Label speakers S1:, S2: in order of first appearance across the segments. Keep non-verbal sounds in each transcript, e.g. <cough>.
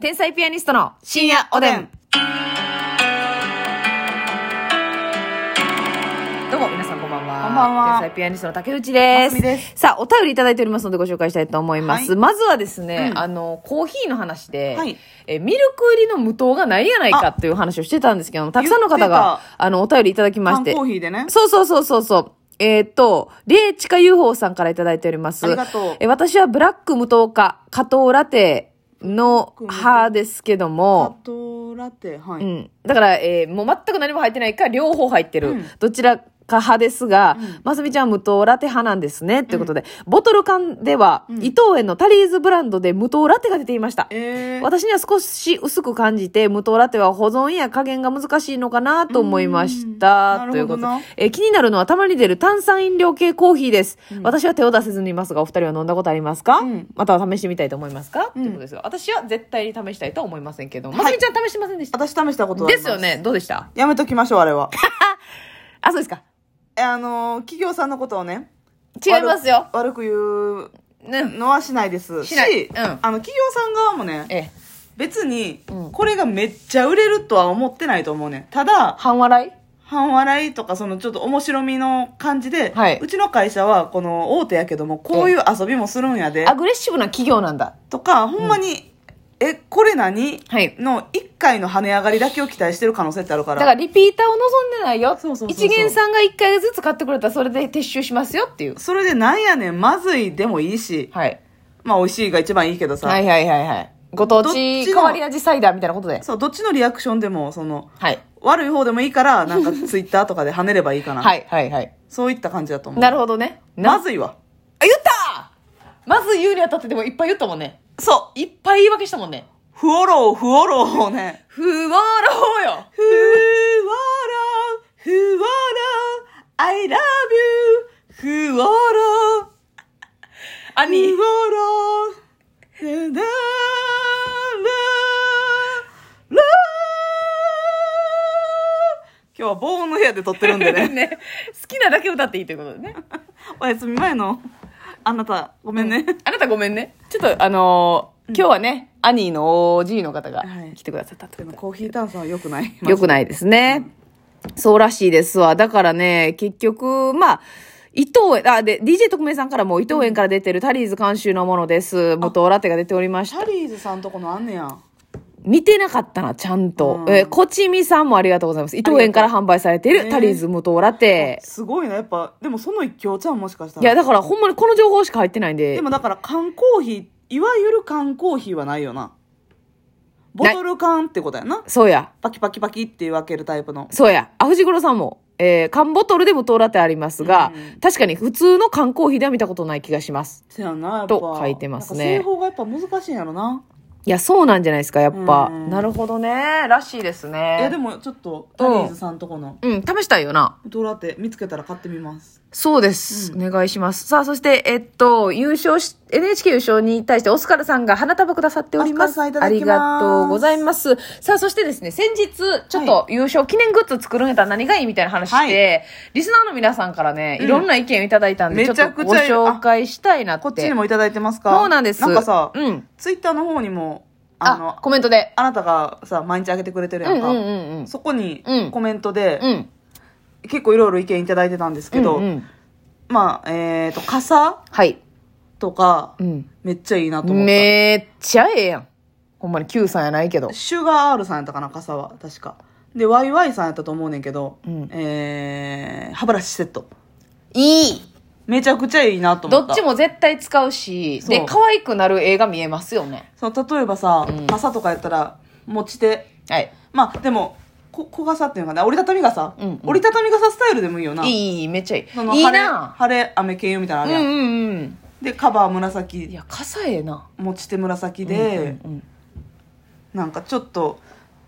S1: 天才ピアニストの深夜おでん。どうも、皆さんこんばんは。
S2: こんばんは
S1: 天才ピアニストの竹内で
S2: ま
S1: す。
S2: すみです
S1: さあ、お便りいただいておりますのでご紹介したいと思います。
S2: はい
S1: まずはですね、
S2: うん
S1: あの、コーヒーの話で、
S2: はい
S1: え、ミルク入りの無糖がないやないかっていう話をしてたんですけども、たくさんの
S2: 言
S1: 方
S2: ってた
S1: が、あの、お便りいただきまし
S2: 缶
S1: て。
S2: コーヒーでね。
S1: そうそうそうそうそう。えーっ、と、レイチカ UFO さんからいただいております。
S2: ありがとう
S1: えー私はブラック無糖化、加糖ラテの
S2: ブラック無糖
S1: 派ですけど
S2: 砂
S1: も、
S2: 糖ラテ、は
S1: う
S2: い。
S1: ん。だから、えーもう全く何も入ってないか、両方入ってる。
S2: うん
S1: どちらか派ですが
S2: うん、
S1: ますみちゃんは無糖ラテ派なんですね。ということで、ボトル缶では、伊藤園のタリーズブランドで無糖ラテが出ていました。
S2: えー、
S1: 私には少し薄く感じて無糖ラテは保存や加減が難しいのかなと思いました
S2: うん
S1: ということ
S2: なるほどな
S1: えー気になるのはたまに出る炭酸飲料系コーヒーです、私は手を出せずにいますがお二人は飲んだことありますか、
S2: うん
S1: または試してみたいと思いますか、
S2: うん
S1: ということですが私は絶対に試したいとは思いませんけど
S2: い
S1: まつみちゃん試してませんでした、
S2: 私試したことあり
S1: で
S2: ます
S1: よ。ねどうでした
S2: やめときましょう、あれは。 <laughs>
S1: あそうですか
S2: えあのー、企業さんのことをね。
S1: 違いますよ、
S2: 悪く。悪く
S1: ね
S2: 言うのはしないです。
S1: しないうん
S2: あの、企業さん側もね、
S1: ええ
S2: 別に
S1: うん、
S2: これがめっちゃ売れるとは思ってないと思うねん。ただ、
S1: 半笑い
S2: 半笑いとか、そのちょっと面白みの感じで、
S1: はいう
S2: ちの会社はこの大手やけども、こういう遊びもするんやで
S1: ア、グレッシブな企業なんだ
S2: とか、ほんまに、え、これ何
S1: はい
S2: の1回の跳ね上がりだけを期待してる可能性ってある
S1: だ
S2: から。
S1: からリピーターを望んでないよ
S2: そうそうそうそ
S1: 一
S2: う
S1: 元さんが一回ずつ買ってくれたらそれで撤収しますよっていう
S2: それでなんやねん、まずいでもいいし、
S1: はい
S2: まあ美味しいが一番いいけどさ、
S1: はいはいはいはい。ご当地変わり味サイダーみたいなことで。
S2: そう、どっちのリアクションでも、その、
S1: はい。
S2: 悪い方でもいいか
S1: <laughs>
S2: ら、なんかツイッターとかで跳ねればいいかな。
S1: はいはいはい。
S2: そういった感じだと思う。
S1: なるほどね。な
S2: まずいわ。
S1: あ、言ったまず言うにあたってでもいっぱい言ったもんね。
S2: そ
S1: いっぱい言い訳したもんね。
S2: う、不おろう、不おろうをね、
S1: ふわろうよ。
S2: 不おろう、不おろう、I love you, 不おろう。 <laughs>
S1: 兄。
S2: うおろうだらら今日は防音の部屋で撮ってるんで
S1: <laughs>
S2: ね。
S1: ね。好きなだけ歌っていいということでね。
S2: <laughs> おやすみ前の、あなた、ごめんね。
S1: あなたごめんね。ちょっとあのー今日はね、兄の OG の方が
S2: はい
S1: 来てくださったってことで
S2: コーヒー炭酸は良く <laughs> ない。
S1: 良くないですね。そうらしいですわ。だからね、結局、まあ、伊藤園、あ、で、DJ 特命さんからも伊藤園から出てるタリーズ監修のものです。元ラテが出ておりまし
S2: シャ
S1: た。
S2: リーズさんとこのあんねや。
S1: 見てなかったな、ちゃんと。
S2: うん
S1: えー、こちみさんもありがとうございます。伊藤園から販売されてい
S2: あ
S1: る
S2: りが
S1: タ
S2: とうね
S1: リーズ元ラテ。
S2: すごいな、やっぱ。でもその一強ちゃんもしかした
S1: いや、
S2: ら。
S1: だからほんまにこの情報しか入ってないんで
S2: で。もだから缶コーヒー、いわゆる缶コーヒーはないよな。ボトル缶ってことやな。
S1: そうや。
S2: パキパキパキって分けるタイプの。
S1: そうや。あ、藤黒さんも。えー缶ボトルで無糖ラテありますが、
S2: う
S1: 確かに普通の缶コーヒーでは見たことない気がします。
S2: せやなやっぱ
S1: と書いてますね
S2: なんか製法がやっぱ難しいんやろない
S1: や、そうなんじゃないですか、やっぱ。
S2: うん
S1: なるほどね。らしいですね。
S2: いやでもちょっとタリーズさんとこの
S1: うん、試したいよな。
S2: ドラテ見つけたら買ってみます
S1: そうです、お願いします。さあ、そして、えっと、優勝し、NHK 優勝に対してオスカルさんが花束くださっております。
S2: オスカルさんいた
S1: あ
S2: だ
S1: り
S2: きます
S1: がとうございます。さあ、そしてですね、先日、ちょっと優勝記念グッズ作るんやったら何がいいみたいな話して、
S2: はい
S1: リスナーの皆さんからね、
S2: うん
S1: いろんな意見をいただいたんで、
S2: めちゃ
S1: っと
S2: く
S1: ご
S2: ちゃ
S1: 紹介したいなって。
S2: こっちにもいただいてますか
S1: そうなんです。
S2: なんかさ、
S1: うん。
S2: ツイッターの方にもあの
S1: あ
S2: あ、
S1: コメントで。
S2: なたがさ毎日あげてくれてる
S1: うん
S2: や
S1: うんん
S2: か、
S1: うんうん。
S2: そこに
S1: うん
S2: コメントで、
S1: うん。
S2: 結構いろいろ意見いただいてたんですけど、
S1: うんうん、
S2: まあえっ、と傘
S1: はい。
S2: とか
S1: うん。
S2: めっちゃいいなと思った
S1: めっちゃええやん。ほんまに Q さんやないけど。
S2: シュガー R さんやったかな傘は確かでワイワイさんやったと思うねんけど、
S1: うん
S2: えー歯ブラシセット
S1: いい
S2: めちゃくちゃいいなと思
S1: ど
S2: った
S1: っちも絶対使うし、
S2: そう
S1: で、可愛くなる映画見えますよね。
S2: その例えばさ、
S1: うん
S2: 傘とかやったら持ち手
S1: はい。
S2: まあでもこ小傘っていうのかな折りたたみ傘、
S1: うんうん
S2: 折りたたみ傘スタイルでもいいよないい
S1: いいい、めっちゃいい。
S2: その
S1: いい
S2: 晴れ
S1: な
S2: 晴れ雨兼用みたいな
S1: う
S2: のあ
S1: ん
S2: る
S1: う
S2: やん、
S1: んうん。
S2: でカバー
S1: い
S2: 紫
S1: や、傘ええな。
S2: 持ち手紫で、
S1: うんうんうん
S2: なんかちょっと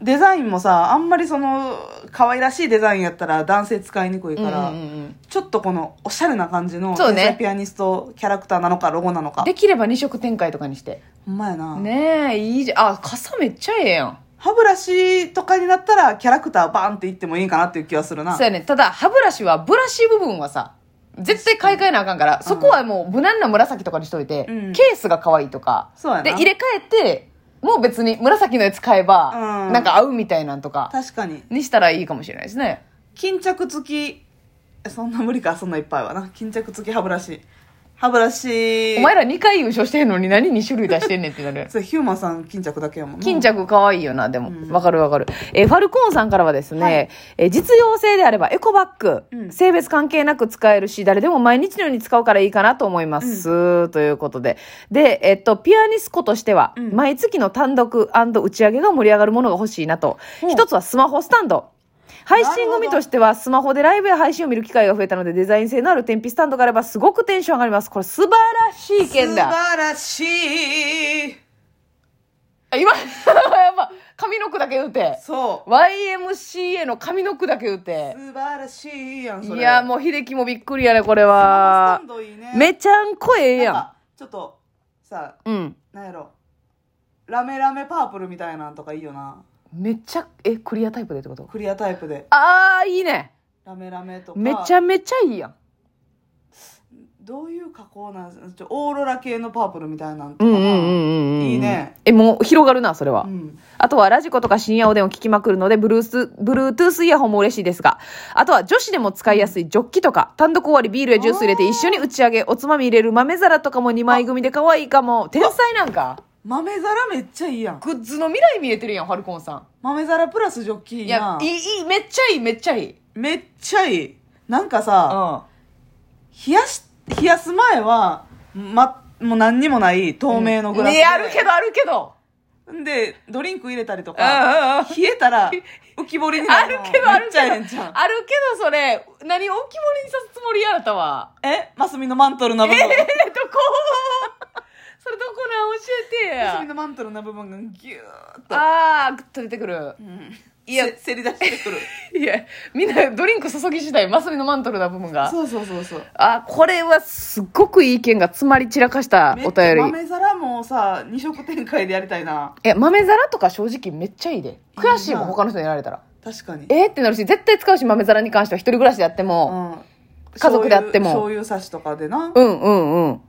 S2: デザインもさあんまりその可愛らしいデザインやったら男性使いにくいから、
S1: うんうんうん
S2: ちょっとこのおしゃれな感じの
S1: そうね
S2: 天才ピアニストキャラクターなのかロゴなのか
S1: できれば二色展開とかにして。
S2: ほんまやな、
S1: ねえ、いいじゃん。あ、傘めっちゃええやん。
S2: 歯ブラシとかになったらキャラクターバーンっていってもいいかなっていう気はするな
S1: そうやね。ただ、歯ブラシは、ブラシ部分はさ、絶対買い替えなあかんから、そこはもう無難な紫とかにしといて、
S2: うん
S1: ケースが可愛いとか、
S2: そうやな
S1: で、入れ替えて、も別に紫のやつ買えば、
S2: うん
S1: なんか合うみたいなんとか、
S2: 確かに
S1: にしたらいいかもしれないですね。
S2: 巾着付きえそんな無理かそんないっぱいはな巾着付き歯ブラシ歯ブラシ
S1: お前ら2回優勝してんのに何2種類出してんねんって
S2: <laughs>。
S1: なる
S2: それヒューマンさん巾着だけやもんな
S1: 巾着可愛いよな、でも
S2: う。ん
S1: わかるわかる。えーファルコーンさんからはですね、
S2: はい
S1: えー実用性であればエコバッグ、
S2: うん
S1: 性別関係なく使えるし、誰でも毎日のように使うからいいかなと思います。ということで。で、えっと、ピアニスコとしては、
S2: うん
S1: 毎月の単独打ち上げが盛り上がるものが欲しいなと。
S2: ほう
S1: 一つはスマホスタンド。配信組としてはスマホでライブや配信を見る機会が増えたのでデザイン性のある天日スタンドがあればすごくテンション上がります。これ素晴らしい
S2: 素
S1: 件だ。
S2: 晴らしい
S1: あ今、 <laughs> やっぱ、上の句だけ打て。
S2: そう
S1: YMCA の上の句だけ打て。
S2: 素晴らしいやん
S1: い
S2: それ
S1: や、もう秀樹もびっくりやね、これ
S2: スマホス
S1: は
S2: タン。ドいいね
S1: めちゃんこええ
S2: なん
S1: や
S2: かちょっとさ
S1: ん。うん。
S2: なんやろラメラメパープルみたいなんとかいいよな
S1: めちゃ、え、クリアタイプでってこと
S2: クリアタイプで
S1: あー、いいね。
S2: ラメラメとか
S1: めちゃめちゃいいやん。
S2: どういう加工なんですちょオーロラ系のパープルみたいなんとか
S1: う
S2: なん
S1: うんうんうんうん。
S2: いいね。
S1: え、もう広がるな、それは。
S2: うん
S1: あとはラジコとか深夜おでんを聞きまくるので、ブルース、ブルートゥースイヤホンも嬉しいですが、あとは女子でも使いやすいジョッキとか、単独終わりビールやジュース入れて一緒に打ち上げ、おつまみ入れる豆皿とかも2枚組で可愛いかも。天才なんか。
S2: 豆皿めっちゃいいやん
S1: グッズの未来見えてるやん、ファルコンさ
S2: 豆皿プラスジョッキー
S1: ん。
S2: い
S1: い
S2: い
S1: や、
S2: な
S1: いい、いい、めっちゃいい、めっちゃいい。うん。
S2: めっちゃいいなんかさ冷やし冷やす前はまもう何にもない透明のグラス
S1: ね
S2: で、
S1: あるけど、あるけど。
S2: でドリンク入れたりと
S1: うんうん
S2: か
S1: うん。
S2: 冷えたら浮き彫りにな
S1: あ
S2: る
S1: る
S2: の
S1: けど、あ
S2: め
S1: る
S2: っ
S1: け
S2: ち
S1: ど。
S2: ゃ
S1: あ
S2: ええ
S1: る
S2: ん
S1: け
S2: ちゃう
S1: ど、それ、何、大き盛りにさすつもりやあなたは。
S2: えマスミのマントルの部分、
S1: えー、どこ <laughs> それどこなん教えて
S2: マス
S1: や。
S2: ミのマントルの部分がギューッと、
S1: あー、ぐっと出てくる。
S2: うん、
S1: いや
S2: せせり出して
S1: <laughs>
S2: くる
S1: いや、みんなドリンク注ぎ次第、マスミのマントルな部分が。
S2: そうそうそうそう
S1: あ、これはすっごくいい意見が詰まり散らかしたお便り。
S2: 豆皿もさ二色展開でやりたいない
S1: や、豆皿とか正直めっちゃいいで。悔しいもん、
S2: いいな
S1: 他の人にやられたら。
S2: 確かに、
S1: えー、ってなるし、絶対使うし、豆皿に関しては一人暮らしでやって
S2: う
S1: も。
S2: ん、
S1: 家族であっても
S2: 醤油醤油差しとかでな、お
S1: うんうんうん。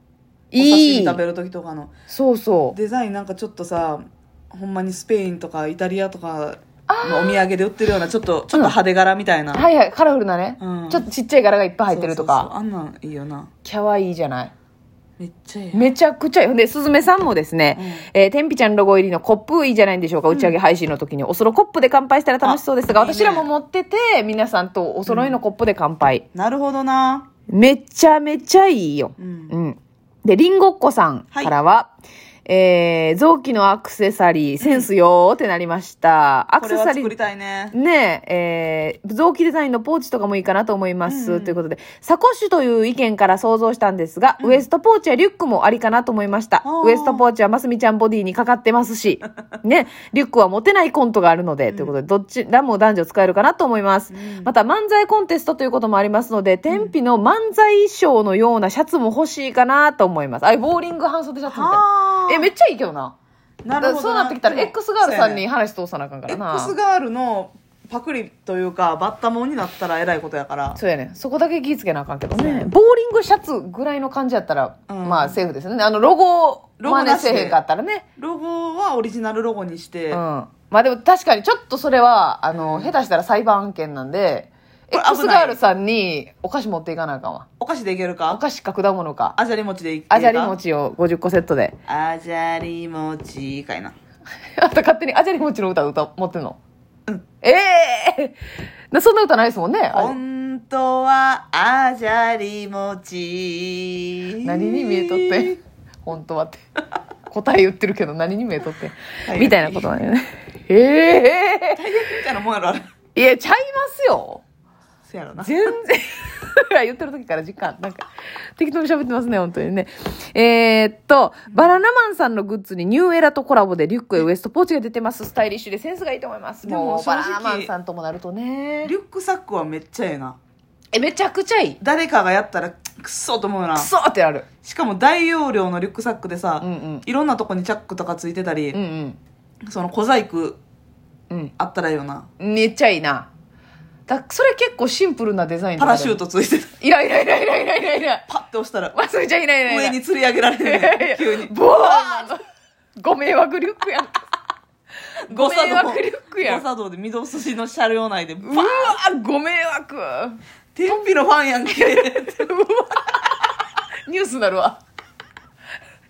S2: 刺
S1: い
S2: 身
S1: い。
S2: 食べる時とかの
S1: そうそう。
S2: デザインなんかちょっとさほんまにスペインとかイタリアとかのお土産で売ってるようなちょっとちょっと派手柄みたいな、
S1: はいはい、カラフルなね、
S2: うん
S1: ちょっとちっちゃい柄がいっぱい入ってると
S2: そうそうそう
S1: か。
S2: あんなんいいよな
S1: キャワイイじゃない。
S2: めっちゃええやん
S1: めちゃくちゃいい。ほんで、すずめさんもですね、えー、天日ちゃんロゴ入りのコップいいじゃないんでしょうか。打ち上げ配信の時に、おそろコップで乾杯したら楽しそうですが、
S2: あいいね
S1: 私らも持ってて、皆さんとお揃いのコップで乾杯。
S2: なるほどな
S1: めちゃめちゃいいよ。
S2: うん
S1: うん。で、りんごっこさんからは、えー、臓器のアクセサリー、センスよーってなりました。ア
S2: こ
S1: ク
S2: れ
S1: セサ
S2: は
S1: リ
S2: 作
S1: ー
S2: り。たいね
S1: ねえ、えー、臓器デザインのポーチとかもいいかなと思います。
S2: うん
S1: ということで、サコッシュという意見から想像したんですが、ウエストポーチやリュックもありかなと思いました
S2: あ。ー
S1: ウエストポーチはますみちゃんボディにかかってます
S2: <laughs>
S1: し、ね、リュックは持てないコントがあるので、ということで、どっちらも男女使えるかなと思います。
S2: ん
S1: また、漫才コンテストということもありますので、天日の漫才衣装のようなシャツも欲しいかなと思います。あれ、ボーリング半袖シャツみたいな。
S2: はあ
S1: え、めっちゃいいけどな。
S2: なるほど
S1: そうなってきたら、X ガールさんに話通さなあかんからな。
S2: X ガールのパクリというかバッタモンになったらえらいことやから
S1: そうやねそこだけ気ぃつけなあかんけど
S2: そうや
S1: ね
S2: ね
S1: ボーリングシャツぐらいの感じやったら、
S2: うん
S1: まあセーフですねあのロゴ
S2: ロゴ
S1: 真似
S2: なし
S1: せ
S2: で
S1: えへんかったらね
S2: ロゴはオリジナルロゴにして、
S1: うんまあでも確かにちょっとそれはあの、下手したら裁判案件なんで
S2: これ危ない
S1: X ガールさんにお菓子持っていかなあかんわ
S2: お菓子でいけ
S1: お
S2: るか
S1: 菓子か果物か
S2: あじゃり餅でいけるか
S1: あじゃり餅を50個セットで <laughs>
S2: あじゃり餅かいな
S1: あと勝手にあじゃり餅の歌歌持ってんの
S2: うん
S1: ええなそんな歌ないですもんねあれ
S2: 本当はあじゃり餅
S1: 何に見えと
S2: <laughs>
S1: って本当はって答え言ってるけど何に見えとって
S2: はい
S1: みたいなことなんよねええ
S2: 大学みたいなもんやろあれ
S1: いやちゃいますよ
S2: せやろな
S1: 全然 <laughs> 言ってる時から時間なんか適当に喋ってますね本当にねえーっとバナナマンさんのグッズにニューエラとコラボでリュックやウエストポーチが出てますスタイリッシュでセンスがいいと思います
S2: でも
S1: もう
S2: 正
S1: バ
S2: 直
S1: ナナマンさんともなるとね
S2: リュックサックはめっちゃええな
S1: えめちゃくちゃいい
S2: 誰かがやったらくっそと思うな
S1: クソってなる
S2: しかも大容量のリュックサックでさ、
S1: うんうん
S2: いろんなとこにチャックとかついてたり、
S1: うん
S2: その小細工
S1: うん
S2: あったらいいよな
S1: うんめっちゃいいなだそれ結構シンプルなデザイン
S2: パ
S1: とか
S2: ラ
S1: でも
S2: シュートついてた
S1: いらんいらんいらんいらんいらんいらんいらん
S2: <laughs> パッて押したら
S1: まつみちゃんいらんいらんいら
S2: 上
S1: ん
S2: に吊り上げられるねん急に
S1: ボワーンご迷惑リュックやん。ご迷惑リュックやん
S2: 誤。作動で御堂筋の車両内で
S1: うわご迷惑。うわ
S2: 天日のファンやんけ <laughs>
S1: ニュースなるわ。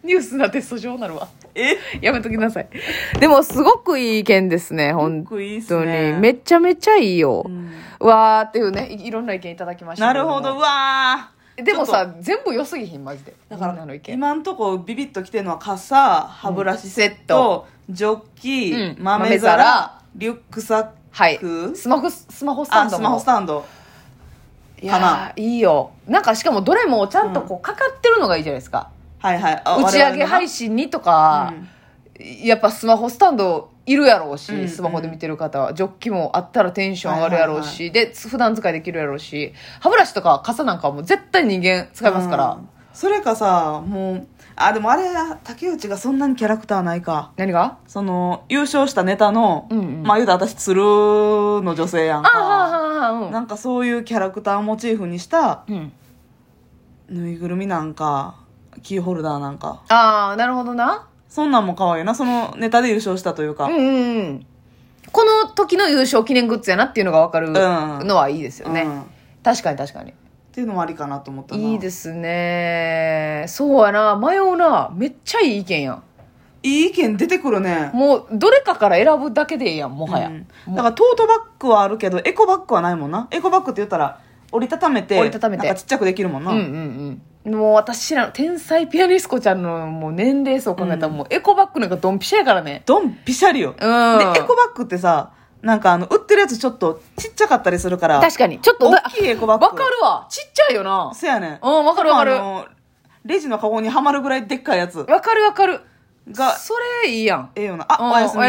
S1: ニュースなテスト上なるわ。
S2: え
S1: やめときなさい。でも、すごくいい意見ですね、本
S2: ごくいいっす
S1: 当に。
S2: ね
S1: めちゃめちゃいいよ。
S2: ん
S1: わーっていうねい、いろんな意見いただきました
S2: な
S1: け
S2: る
S1: も
S2: ほどうわー
S1: でも
S2: ちょっ
S1: さ、全部良すぎひん、マジで。
S2: とだか
S1: みんなの
S2: ら
S1: 意見。
S2: 今んとこビビッときてるのは傘歯ブラシセット、ジョッキ
S1: うん豆
S2: 豆皿
S1: 皿
S2: リュックサック、
S1: はい。スマホ、スマホスタン
S2: あ
S1: ドも
S2: スマホスタンド
S1: いやーいいよ。なんかしかもどれもちゃんとこうかかってるのがいいじゃないですか。
S2: はいはいあ
S1: 打ち上げ
S2: 我々のな
S1: 配信にとか、やっぱスマホスタンドいるやろうし、
S2: うん
S1: スマホで見てる方は、ジョッキもあったらテンション上がるやろうし、で、普段使いできるやろうし、歯ブラシとか傘なんかはもう絶対人間使いますから。
S2: うんそれかさもうあでもあれ竹内がそんなにキャラクターないか
S1: 何が
S2: その優勝したネタの、
S1: うんうん
S2: まあ言うたら私鶴の女性や
S1: あ
S2: ん
S1: あ、
S2: か
S1: はあ、はあ、
S2: なんかそういうキャラクターをモチーフにした
S1: うん。うん。
S2: ぬいぐるみなんかキーホルダーなんか
S1: ああ、なるほどな。
S2: そんなんも可愛いなそのネタで優勝したというか、
S1: うんうんうん。この時の優勝記念グッズやなっていうのが分かるのはいいですよね。
S2: うんっ
S1: 確かに確かに。
S2: ていうのもありかなと思ったない
S1: いですねそうやな迷うなめっちゃいい意見やん
S2: いい意見出てくるね
S1: もうどれかから選ぶだけでいいやんもはや、
S2: うんだからトートバッグはあるけどエコバッグはないもんなエコバッグって言ったら折りたためて
S1: 折りたためて
S2: なんかちっちゃくできるもんな、
S1: うんうんうんもう私ら天才ピアニスコちゃんのもう年齢層考えたらもうエコバッグなんかドンピシャやからね
S2: ドンピシャリよ、
S1: うん
S2: でエコバッグってさなんかあの売ってるやつちょっとちっちゃかったりするから
S1: 確かにちょっと
S2: 大きいエコバッグ
S1: わかるわちっちゃいよな
S2: そやねん
S1: うんわかるわかる
S2: あのレジのカゴにはまるぐらいでっかいやつ
S1: わかるわかる
S2: が
S1: それいいやん
S2: ええよなあ
S1: うん
S2: おやすみ